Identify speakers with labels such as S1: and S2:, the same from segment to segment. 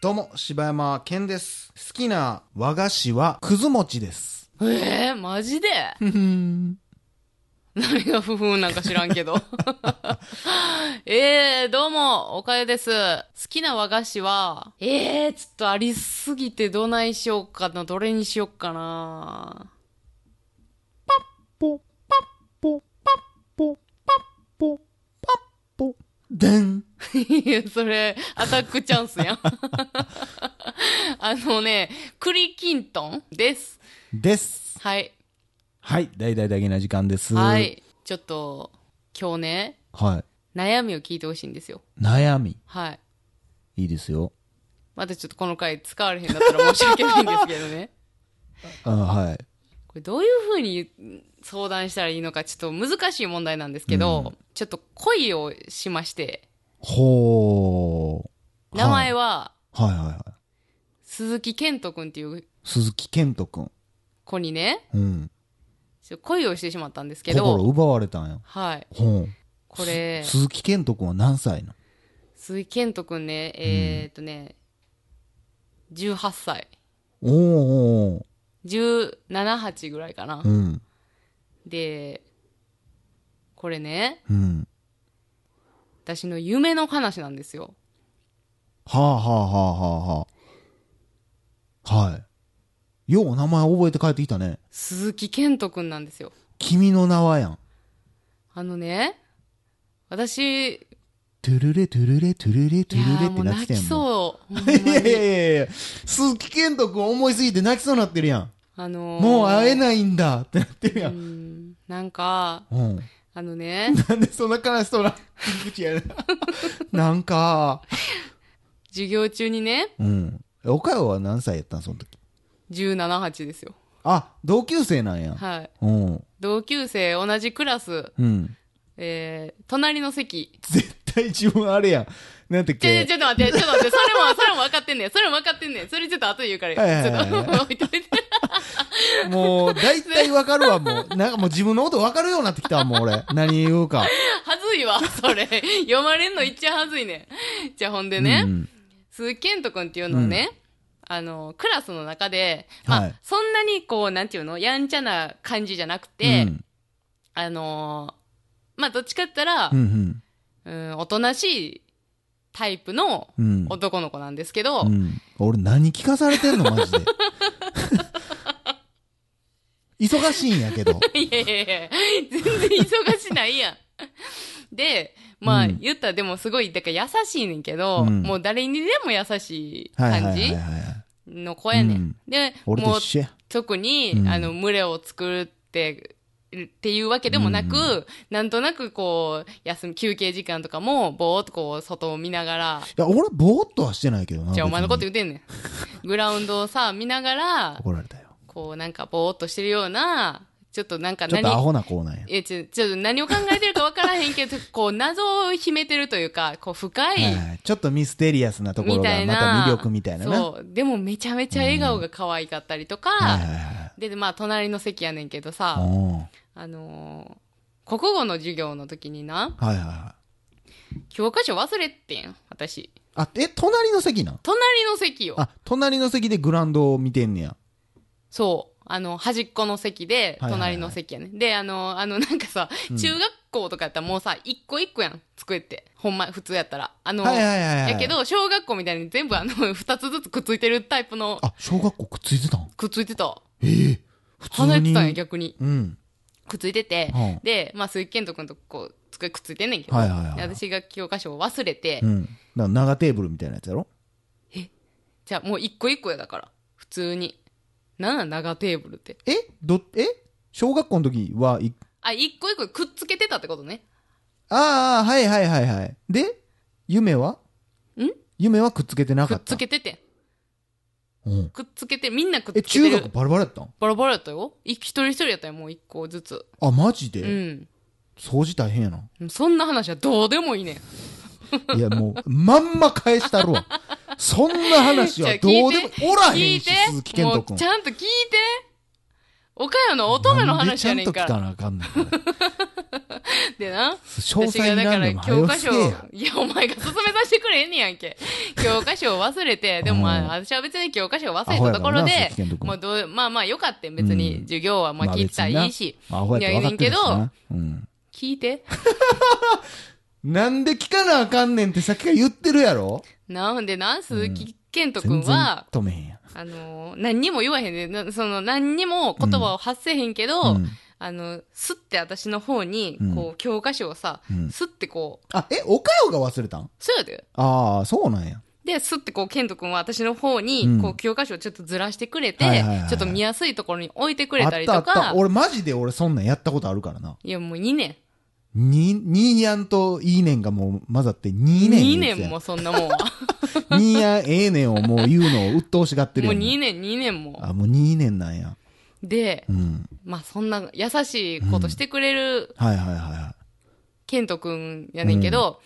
S1: どうも、柴山健です。好きな和菓子は、くず餅です。
S2: ええマジで
S1: うん。
S2: 何がふふんなんか知らんけど。 ええどうも、おかゆです。好きな和菓子は、ええちょっとありすぎてどないしようかな、どれにしようかな。
S1: ポ、パッポ、パッポ、パッポ、パッポ、でん。
S2: いや、それ、アタックチャンスやん。 あのね、栗きんとんです。
S1: です。
S2: はい。
S1: はい、大々だけな時間です。
S2: はい。ちょっと、今日ね、
S1: はい。
S2: 悩みを聞いてほしいんですよ。
S1: 悩み。
S2: はい。
S1: いいですよ。
S2: またちょっとこの回使われへんだったら申し訳ないんですけどね。
S1: あはい。
S2: これどういうふうにん相談したらいいのかちょっと難しい問題なんですけど、ちょっと恋をしまして、
S1: ほー。
S2: 名前
S1: は
S2: は
S1: はいはいはい。
S2: 鈴木健人くんっていう
S1: 鈴木健人くん。
S2: 子にね、
S1: うん。
S2: ちょっと恋をしてしまったんですけ
S1: 心
S2: ど、
S1: 奪われたんや。
S2: はい。
S1: ほう。
S2: これ
S1: す、鈴木健人くんは何歳な
S2: 鈴木健人くんね、えー、っとね、18歳。
S1: のおーおー
S2: 17、8ぐらいかな
S1: おー。。うん。
S2: で、これね、
S1: うん。
S2: 私の夢の話なんですよ。
S1: はあはあはあはあはあ。はい。よう名前覚えて帰ってきたね。
S2: 鈴木健人くんなんですよ。
S1: 君の名はやん。
S2: あのね、私、
S1: トゥルレトゥルレトゥルレト
S2: いや
S1: ゥルレっ
S2: ーも
S1: て
S2: う
S1: なっ
S2: 泣
S1: てた
S2: き
S1: やん。もう
S2: そう。ほんま
S1: いやいや
S2: に
S1: いやいや鈴木健人くん思いすぎて泣きそうになってるやん。
S2: あの ー、
S1: もう会えないんだってなってるや。
S2: うんんなんか、
S1: うん。
S2: あのね、
S1: なんでそんな悲しそうな口や な。なんか、
S2: 授業中にね、
S1: うん。岡山は何歳やったんその時。
S2: 17、8ですよ。
S1: あ、同級生なんや。
S2: はい。
S1: うん。
S2: 同級生、同じクラス、
S1: うん。
S2: えー、隣の席。
S1: 絶対自分あれやん。なんてっ
S2: ちょ、
S1: け。
S2: ちょちょっと待って、ちょっと待って、それも、それも分かってんねん。それも分かってんねん。それちょっと後で言うから
S1: はいはい
S2: よ。
S1: はい
S2: ちょっと、 置いといて。
S1: もう、大体わかるわ、もう。なんかもう自分のことわかるようになってきたわ、もう俺。何言うか。
S2: はずいわ、それ。読まれんのいっちゃはずいねん。じゃあほんでね、
S1: うん
S2: 鈴木健人くんっていうのはね、あの、クラスの中で、まあ、
S1: はい
S2: そんなにこう、なんていうの、やんちゃな感じじゃなくて、
S1: うん
S2: あのーまあ、どっちかって言ったら、
S1: う
S2: うんん、
S1: うん。
S2: おとなしいタイプの
S1: うん。
S2: 男の子なんですけど、
S1: うん、俺何聞かされてんのマジで 忙しいんやけど
S2: いやいやいや、全然忙しないやん。 で、まあ、
S1: うん
S2: 言ったらでもすごい、だから優しいねんけど、
S1: うん
S2: もう誰にでも優しい
S1: はいはい
S2: 感
S1: はいはい
S2: じ
S1: はい
S2: の子やねん。
S1: うん
S2: で、
S1: 俺
S2: も
S1: と
S2: う
S1: 一緒や
S2: 特に、
S1: うん
S2: あの、群れを作るって、っていうわけでもなく、
S1: うん
S2: なんとなくこう、休み、休憩時間とかも、ぼーっとこう、外を見ながら、
S1: いや俺ぼーっとはしてないけどな
S2: じゃあお前のこと
S1: 別に
S2: 言うてんねん。グラウンドをさ、見ながら、
S1: 怒られたよ
S2: こう、なんかぼーっとしてるような、ちょっとなんか
S1: ちょっとア
S2: 何、
S1: ホな子なんや
S2: え、ちょ、ちょ、何を考えてるかわからへんけど、 こう、謎を秘めてるというか、こう、深い、
S1: はいはいちょっとミステリアスなとこ
S2: み
S1: ろ
S2: た
S1: が
S2: い
S1: ま
S2: な。
S1: た魅力みたいなな
S2: そう。でもめちゃめちゃ笑顔が可愛かったりとか、
S1: はいはいはい
S2: で、まあ、隣の席やねんけどさ、
S1: うん
S2: あのー国語の授業の時にな、
S1: はいはいはい
S2: 教科書忘れてん、私。
S1: あえ隣の席なん
S2: 隣の席よ。
S1: あ隣の席でグラウンドを見てんねや
S2: そう。あの、端っこの席で、
S1: はいはいはい
S2: 隣の席やね。で、あのーあの、なんかさ、中学校とかやったらもうさ、一個一個やん、机って。ほんま、普通やったら。あのー
S1: はいはいはいはい
S2: やけど、小学校みたいに全部あの、 二つずつくっついてるタイプの、
S1: あ小学校くっついてたん
S2: くっついてた。
S1: ええ普通に
S2: 離れてたんや、逆に。
S1: うん
S2: くっついてて、
S1: うん
S2: で、まあ、鈴木健人君とこう、机くっついてんねんけど、
S1: はいはいはい
S2: で私が教科書を忘れて、
S1: うん。だから長テーブルみたいなやつやろ
S2: じゃあもう一個一個やだから。普通に。なんなん長テーブルって。
S1: えど、え小学校の時は、い
S2: あ、一個一個くっつけてたってことね。
S1: ああ、はいはいはいはい。で、夢は
S2: ん
S1: 夢はくっつけてな
S2: く
S1: か
S2: っ
S1: った。
S2: つけててん。
S1: うん。
S2: くっつけて、みんなくっ
S1: え、
S2: つけて
S1: 中
S2: る。
S1: 学バラバラやったん
S2: バラバラやったよ。一一人一人やったよ、もう一個ずつ。
S1: あ、マジで、
S2: うん。
S1: 掃除大変やな。
S2: そんな話はどうでもいい ねん。
S1: いや、もう、まんま返したるわ。そんな話はどうでも、 おらへ
S2: 聞
S1: ん
S2: い
S1: し、鈴木
S2: て。
S1: 健
S2: も
S1: 人
S2: う
S1: 君。
S2: ちゃんと聞いて。岡山の乙女の話やねんか
S1: なん
S2: ら。
S1: でちゃんと聞かなあかんねんこ
S2: でな。
S1: 詳細に
S2: だか
S1: な
S2: ら
S1: るのも
S2: 教科
S1: 早す
S2: 書
S1: ぎ
S2: を
S1: や。
S2: いや、お前が勧めさせてくれんねやんけ。教科書を忘れて、でもまあ、
S1: うん
S2: 私は別に教科書を忘れたところ
S1: アホやからな
S2: で
S1: それ聞けんと、こ
S2: もうどうまあまあよかったよ。別に、
S1: うん
S2: 授業はまあ
S1: まあ
S2: 聞いたらいいし。
S1: アホやって分かってるし
S2: いやいいね
S1: な。うん。
S2: 聞いて。
S1: なんで聞かなあかんねんってさっきから言ってるやろ
S2: なんでな、鈴木健人くん
S1: 全然
S2: は、
S1: 止めへんやん。
S2: あの、何にも言わへんで、なその、何にも言葉を発せへんけど、
S1: うん
S2: あの、すって私の方に
S1: うん、
S2: こう、教科書をさ
S1: う、ん
S2: す、ってこう、
S1: あ、え、おかよが忘れたん
S2: そうやで。
S1: ああ、そうなんや。
S2: で、すってこう、ケント君は私の方に、
S1: うん
S2: こう、教科書をちょっとずらしてくれて、
S1: はいはいはい
S2: ちょっと見やすいところに置いてくれ
S1: あった
S2: りと
S1: たあった。
S2: か、
S1: 俺マジで俺そんなんやったことあるからな。
S2: いや、もう2年。
S1: に、にーにゃんといいねんがもう混ざって2年。
S2: 2年も。そんなもんは。
S1: にーやん、ええねんをもう言うのを鬱陶しがってる
S2: も
S1: や。
S2: うん2年、2年も。
S1: あ、もう2年なんや。
S2: で
S1: う、ん。
S2: まあ、そんな優しいことしてくれる
S1: はいはいはいは
S2: ケントくんやねんけど、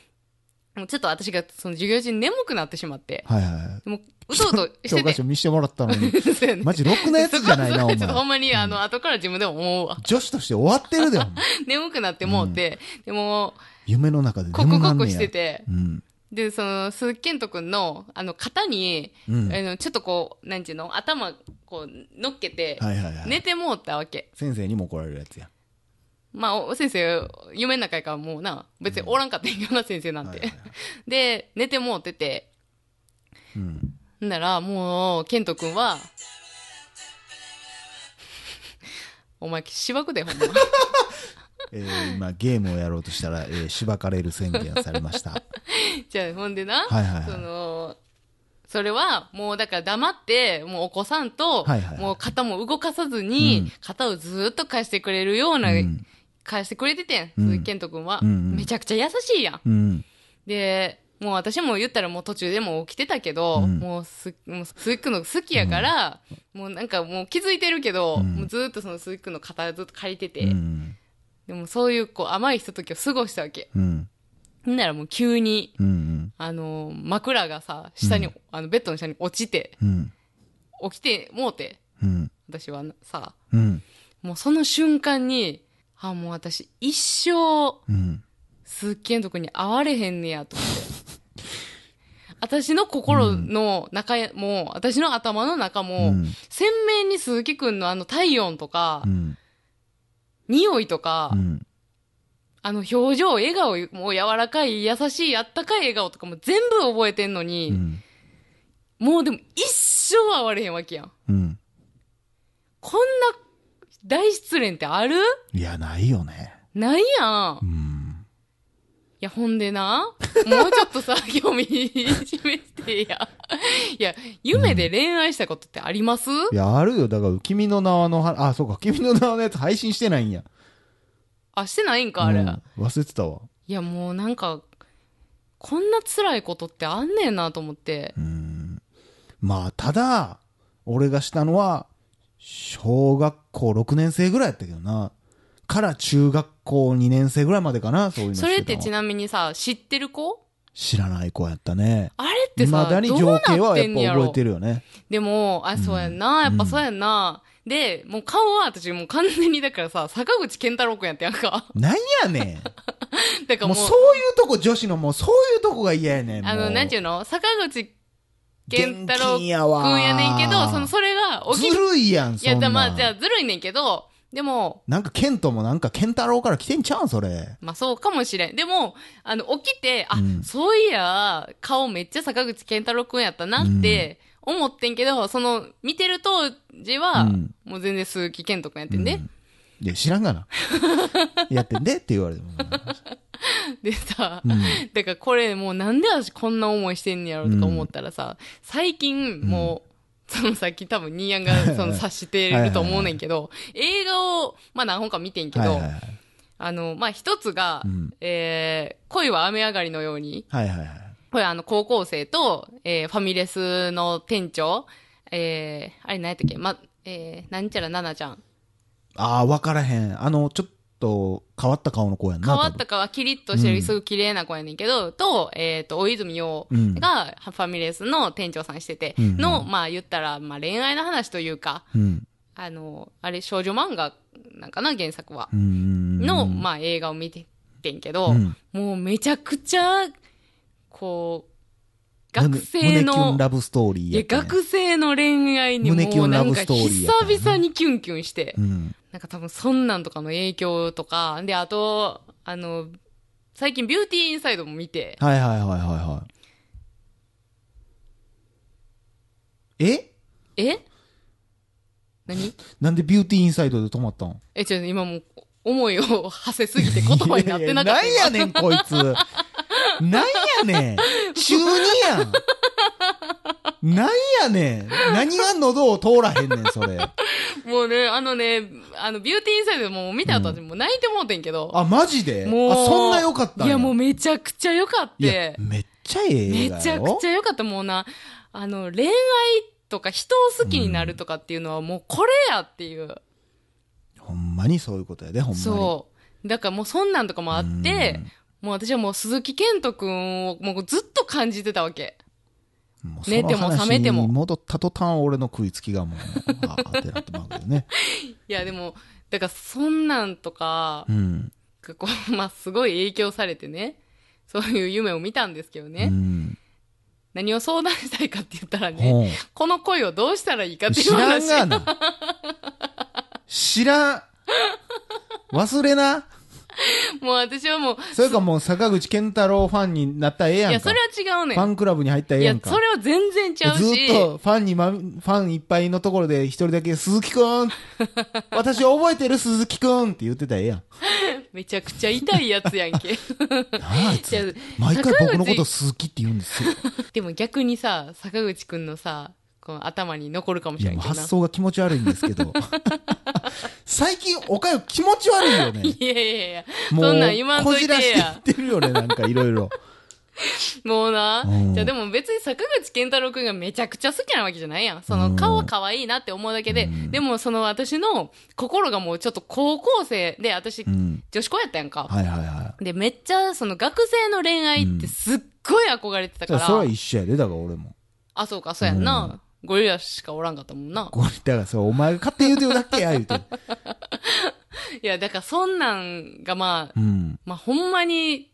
S2: もうちょっと私がその授業中に眠くなってしまって、
S1: い。はいはいはい。
S2: もう、うとうとし
S1: 教
S2: て
S1: 科
S2: て
S1: 書。見してもらったのに。
S2: そう やね
S1: マジろくなやつじゃないな、
S2: そ
S1: お
S2: こは
S1: 前
S2: ちょっ。とほんまに、あの、後から自分でも思うわ。
S1: 女子として終わってるで、お前
S2: 眠くなってもうて、でも、
S1: 夢の中で
S2: コ
S1: 眠
S2: ク
S1: な
S2: コ
S1: んね
S2: ク
S1: や
S2: して。て、
S1: うん。
S2: で、その、鈴木健人くんの、あの、肩に、
S1: うん。
S2: あ
S1: はい
S2: の、ちょっとこう、なんていうの、頭、こう、乗っけて、
S1: はいはい。
S2: 寝てもうたわけ。
S1: 先生にも怒られるやつや。
S2: まあ、お先生、夢の中やからもうな、別におらんかったんやけどな、先生なん
S1: はい
S2: て。
S1: はいはい
S2: で、寝てもうてて、
S1: うん。
S2: んなら、もう、ケント君は、 お前、芝生でほ んま。
S1: えー今ゲームをやろうとしたら、えー、しばかれる宣言されま した。
S2: じゃあ、ほんでな、
S1: はいはいはい
S2: その、それは、もうだから黙って、もうお子さんと、
S1: はいはいはい
S2: もう肩も動かさず
S1: うん
S2: に、肩をずーっと返してくれるような、
S1: うん
S2: 返してくれててん、
S1: うん
S2: 鈴木健人君は、
S1: うんうん
S2: めちゃくちゃ優しいやん。
S1: うん。
S2: で、もう私も言ったらもう途中でもう起きてたけど、
S1: うん
S2: もうす、もう鈴木くんの好きやから、もうなんかもう気づいてるけど、
S1: うん
S2: もうずーっとその鈴木くんの肩ずっと借りてて、
S1: うん。
S2: でもそういうこう甘いひとときを過ごしたわけ。
S1: うん。
S2: んならもう急に、
S1: うん。
S2: あのー枕がさ、下に、
S1: うん
S2: あのベッドの下に落ちて、
S1: うん。
S2: 起きてもうて、
S1: うん。
S2: 私はなさ、
S1: うん。
S2: もうその瞬間に、あ、もう私一生、
S1: うん。
S2: すっげんとこに会われへんねやと思って。私の心の中やも、う私の頭の中も、
S1: うん
S2: 鮮明に鈴木くんのあの体温とか、
S1: うん。
S2: 匂いとか、
S1: うん。
S2: あの表情、笑顔、もう柔らかい、優しい、あったかい笑顔とかも全部覚えてんのに、
S1: うん。
S2: もうでも一生会われへんわけやん。
S1: うん。
S2: こんな大失恋ってある
S1: いや、ないよね。
S2: ないやん。
S1: う
S2: い
S1: ん。
S2: や、ほんでな、もうちょっとさ、 興味示してや。いや、夢で恋愛したことってあります、
S1: いや、あるよ。だから、君の名はのは、あ、そうか、君の名はのやつ配信してないんや。
S2: あ、してないんか、あれ。
S1: うん忘れてたわ。
S2: いや、もうなんか、こんな辛いことってあんねんなと思って。
S1: うん。まあ、ただ、俺がしたのは、小学校6年生ぐらいやったけどな。から中学校2年生ぐらいまでかな、そういうのして
S2: そ
S1: たの
S2: れってちなみにさ、知ってる子
S1: 知らない子やったね。
S2: あれって
S1: 未
S2: さ、
S1: だに
S2: どう
S1: 情
S2: な
S1: 景は
S2: って
S1: や
S2: ん
S1: っ
S2: ねや
S1: ぱ覚え
S2: ろ
S1: てるよね。
S2: でも、あ、そうやんな、やっぱそうやんな。で、もう顔は私もう完全にだからさ、坂口健太郎くんやってやんか。
S1: なんやね
S2: だか
S1: ん。も
S2: らも
S1: う
S2: う、
S1: そういうとこ、女子のもうそういうとこが嫌やねん。
S2: あの、なんちゅ
S1: う
S2: うの坂口健太郎
S1: 現
S2: くん
S1: 金
S2: や
S1: やわ
S2: ねんけど、その、それが大き
S1: ず
S2: く、
S1: るいやん、
S2: い
S1: そ
S2: や、
S1: ん
S2: だ
S1: なん。
S2: まあ、じゃあずるいねんけど、でも、
S1: なんか、ケントもなんか、ケンタロウから来てんちゃうん、それ。
S2: まあそうかもしれん。でも、あの、起きて、あ、
S1: うん
S2: そういや、顔めっちゃ坂口健太郎くんやったなって思ってんけど、その、見てる当時は、
S1: うん
S2: もう全然鈴木健人くんやってんね。
S1: うん。いや、知らんが な。やってんでって言われても。
S2: でさ、
S1: うん。
S2: だからこれもうなんで私こんな思いしてんねやろとか思ったらさ、最近もう、そのさっき多分ニーヤンがその察してると思うねんけど、映画をまあ何本か見てんけど、
S1: はいはいはい。
S2: あの、まあ一つが、
S1: うん
S2: えー、恋は雨上がりのように、
S1: はいはいはい。
S2: これあの高校生と、えー、ファミレスの店長、えー、あれ何やったっけ、ま、えー、なんちゃらななちゃん。
S1: ああ、わからへん。あの、ちょっと、変わった顔の子やんな。
S2: 変わったかはキリッとしてる、すごい綺麗な子やねんけど、と、えっ、と、大泉洋がファミレスの店長さんしてて、
S1: うん
S2: の、まあ言ったら、まあ恋愛の話というか、
S1: 多分。
S2: あの、あれ、少女漫画なんかな、原作は。
S1: うん
S2: の、まあ、映画を見てってんけど、
S1: うん
S2: もうめちゃくちゃ、こう、
S1: 胸
S2: 学生
S1: 胸キュン
S2: の、
S1: ラブストーリー
S2: いや
S1: やったね、
S2: 学生の恋愛に
S1: 胸キュ
S2: もう
S1: ン
S2: な
S1: ラ
S2: ん
S1: ブ
S2: か
S1: ストーリー
S2: 久
S1: やったね
S2: 々にキュンキュンして、
S1: うん。
S2: なんか多分そんなんとかの影響とか、で、あと、あの、最近ビューティーインサイドも見て、
S1: はいはいはいはいはい。え
S2: え何
S1: なんでビューティーインサイドで止まったん
S2: え、ちょ、今もう、思いを馳せすぎて言葉になってなかった。
S1: いやいやなんやねん、こいつ。なんやねん。中二やん。なんやねん。何が喉を通らへんねん、それ。
S2: もうね、あのね、あの、ビューティーインサイドも見た後にもう泣いてもうてんけど、
S1: あ、マジで
S2: もう、
S1: あ、そんな良かったん
S2: いや、もうめちゃくちゃ良かっ
S1: いや
S2: て、
S1: めっちゃええ
S2: め
S1: 映画
S2: ちゃ
S1: やろ
S2: くちゃ良かった。もうな、あの、恋愛とか人を好きになるとかっていうのはもうこれやっていう。
S1: ほんまにそういうことやで、ほんまに。
S2: そう。だからもうそんなんとかもあって、もう私はもう鈴木健人くんをもうずっと感じてたわけ。
S1: もう
S2: 寝ても覚めて
S1: そ
S2: も
S1: の話に戻った途端、俺の食いつきがもう、あーってなってまうけどね。
S2: いや、でも、だからそんなんとか
S1: う、ん。
S2: こう、まあ、すごい影響されてね、そういう夢を見たんですけどね、
S1: うん
S2: 何を相談したいかって言ったらね、
S1: ほう
S2: この恋をどうしたらいいかってい
S1: 知
S2: う
S1: らん
S2: 話。
S1: がな。知らん。忘れな。
S2: もう私はもう、
S1: それかもう坂口健太郎ファンになったらええや
S2: い
S1: んか。
S2: や、それは違うね
S1: ファ
S2: ん。
S1: ンクラブに入ったらえ
S2: い
S1: えや
S2: や
S1: ん、か。
S2: それは全然ちゃう
S1: ず
S2: し
S1: っ、とファンにま、ファンいっぱいのところで一人だけ鈴木くん私覚えてる鈴木くんって言ってたらええやん。
S2: めちゃくちゃ痛いやつやん け。
S1: なあ、あいつ
S2: いや
S1: 毎回僕のこ
S2: 坂
S1: と
S2: 口
S1: 鈴木って言うんですよ。
S2: でも逆にさ、坂口くんのさ、この頭に残るかも
S1: い
S2: し
S1: や、
S2: れ
S1: も
S2: な
S1: う
S2: いけど
S1: 発
S2: な。
S1: 想が気持ち悪いんですけど。最近、おかよ気持ち悪いよね。
S2: いやいやいや、
S1: も
S2: そんなん言わんと
S1: こ
S2: いて
S1: じ
S2: や
S1: らして言ってるよね、なんかいろいろ。
S2: もうな
S1: うん。
S2: じゃあでも別に坂口健太郎くんがめちゃくちゃ好きなわけじゃないやん。そうの
S1: ん
S2: 顔は可愛いなって思うだけで、でもその私の心がもうちょっと高校生で、私
S1: うん。
S2: 女子校やったやんか。
S1: はいはいはい。
S2: で、めっちゃその学生の恋愛ってすっごい憧れてた
S1: そ
S2: か
S1: れ
S2: ら。
S1: それは一緒やで、だから俺も。
S2: あ、そうか、そうやんな。ゴリラしかおらんかったもんな。
S1: これ、だからそれお前が勝手に言うてるだけや、言うて。
S2: いや、だからそんなんがまあ、
S1: うん。
S2: まあほんまに、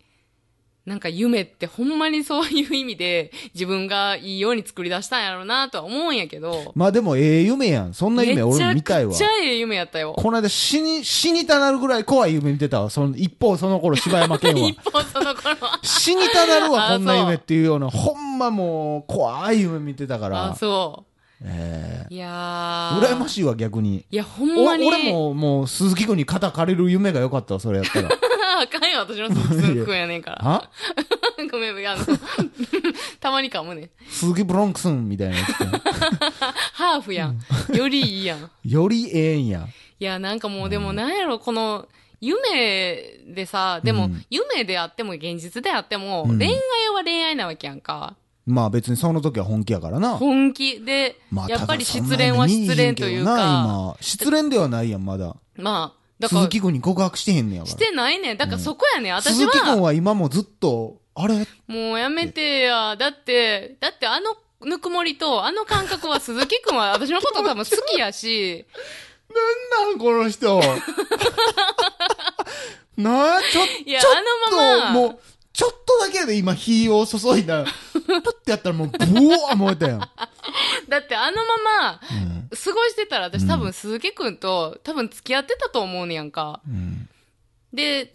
S2: なんか夢ってほんまにそういう意味で自分がいいように作り出したんやろうなとは思うんやけど。
S1: まあでもええ夢やん。そんな夢俺も見たいわ
S2: めち。ゃくちゃええ夢やったよ。
S1: この間死に、死にたなるぐらい怖い夢見てたわ。その、一方その頃柴山健は
S2: 一。方その頃。
S1: 死にたなるわ、
S2: あ
S1: こんな
S2: そう
S1: 夢っていうような、ほんまもう、怖い夢見てたか
S2: あ、
S1: ら。
S2: そ
S1: え
S2: う。いや
S1: え
S2: ー。
S1: 羨ま
S2: い。
S1: しいわ、逆に。
S2: いや、ほん
S1: お
S2: まに。
S1: 俺。も、もう、鈴木くんに肩借りる夢が良かったわ、それやったら。
S2: あかんよ、私の鈴木くんやねんから。
S1: は
S2: ごめん、いや、あの、たまにかむねん。
S1: 鈴木ブロンクスンみたいなやつって。
S2: ハーフやん。よりいいやん。
S1: よりええんや。
S2: いや、なんかもう、でもなんやろ、この、夢でさ、でも、
S1: うん
S2: 夢であっても現実であっても、
S1: うん
S2: 恋愛は恋愛なわけやんか。
S1: まあ別にその時は本気やからな。
S2: 本気で、
S1: まあ、
S2: やっぱり
S1: ただそ
S2: 失
S1: んな
S2: 恋は
S1: に
S2: 失恋とい
S1: 見え
S2: う
S1: へんけどな
S2: か、
S1: 今失恋ではないやん、まだ。
S2: まあ、だから
S1: 鈴、木君に告白してへんねやか
S2: し
S1: ら。
S2: てないねん。だからそこやねん。私
S1: 鈴木君
S2: は、
S1: は今もずっと、あれ
S2: もうやめてや。だって、だってあのぬくもりと、あの感覚は鈴 木君は私のこと多分好きやし、
S1: なんこの 人。なあ、ちょっ
S2: いや、
S1: ちょっ
S2: あ
S1: と、
S2: のまま、
S1: もう、ちょっとだけやで今火を注いだ。パッてやったらもう、ブワー燃えたやん。
S2: だってあのまま、
S1: うん
S2: 過ごしてたら私多分鈴木君と多分付き合ってたと思うねやんか。
S1: うん。
S2: で、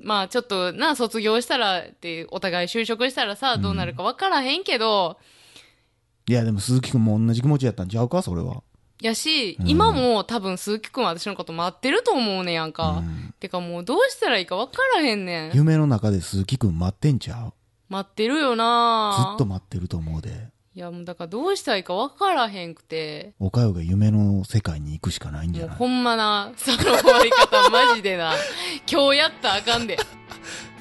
S2: まあちょっとな、卒業したらって、お互い就職したらさ、どうなるか分からへんけど、
S1: いや、でも鈴木君も同じ気持ちやったんちゃうか、それは。
S2: やし、
S1: うん
S2: 今も多分鈴木君は私のこと待ってると思うねやん
S1: う
S2: か。
S1: ん
S2: てかもうどうしたらいいか分からへんねん。
S1: 夢の中で鈴木君待ってんちゃう
S2: 待ってるよ
S1: ず
S2: な
S1: っと待ってると思うで。
S2: いやもうだからどうしたらいいか分からへんくて
S1: おかよが夢の世界に行くしかないんじゃ
S2: もう
S1: ない
S2: ほんまなその終わり方マジでな今日やったらあかんで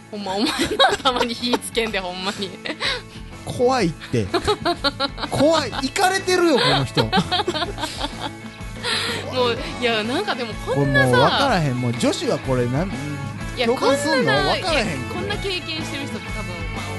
S2: ほんまお前の頭に火つけんでほんまに
S1: 怖いって 怖い行かれてるよこの 人
S2: もういやなんかでも
S1: こ
S2: こ
S1: れ
S2: ん
S1: も
S2: な
S1: う分か
S2: さ
S1: らへんもう女子はこれなん
S2: いや
S1: 共
S2: こん
S1: 感すんの
S2: な
S1: 分からへん
S2: いやこんな経験してる人って多分まあ